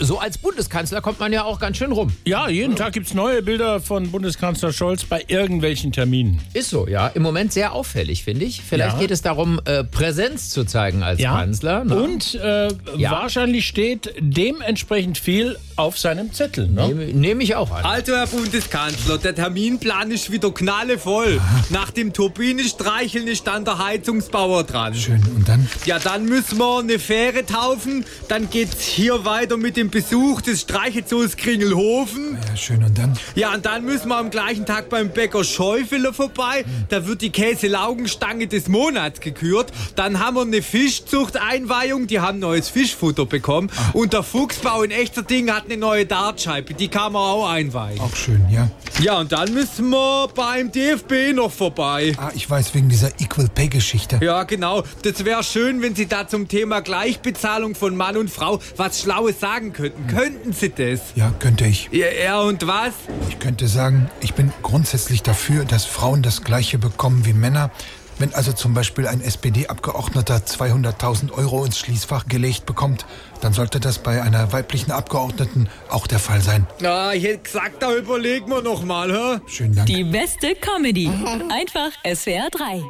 so als Bundeskanzler kommt man ja auch ganz schön rum. Ja, jeden Tag gibt es neue Bilder von Bundeskanzler Scholz bei irgendwelchen Terminen. Ist so, ja. Im Moment sehr auffällig, finde ich. Vielleicht Ja. geht es darum, äh, Präsenz zu zeigen als Kanzler. ne? Und äh, Ja. wahrscheinlich steht dementsprechend viel auf seinem Zettel. Ne? Nehme nehme ich auch an. Also, Herr Bundeskanzler, der Terminplan ist wieder knallevoll. Nach dem Turbinenstreicheln ist dann der Heizungsbauer dran. Schön. Und dann? Ja, dann müssen wir eine Fähre taufen. Dann geht's hier weiter mit dem Besuch des Streichelzoos Kringelhofen. Ja, schön. Und dann? Ja, und dann müssen wir am gleichen Tag beim Bäcker Schäufeler vorbei. Da wird die Käselaugenstange des Monats gekürt. Dann haben wir eine Fischzuchteinweihung. Die haben neues Fischfutter bekommen. Und der Fuchsbau in Echterding hat eine neue Dartscheibe. Die kann man auch einweihen. Auch schön, ja. Ja, und dann müssen wir beim DFB noch vorbei. Ah, ich weiß, wegen dieser Equal Pay Geschichte. Ja, genau. Das wäre schön, wenn Sie da zum Thema Gleichbezahlung von Mann und Frau was Schlaues sagen könnten. Könnten Sie das? Ja, könnte ich. Ja, ja und was? Ich könnte sagen, ich bin grundsätzlich dafür, dass Frauen das Gleiche bekommen wie Männer. Wenn also zum Beispiel ein SPD-Abgeordneter 200.000 Euro ins Schließfach gelegt bekommt, dann sollte das bei einer weiblichen Abgeordneten auch der Fall sein. Ja, ich hätte gesagt, da überlegen wir nochmal, hä? Schönen Dank. Die beste Comedy. Einfach SWR 3.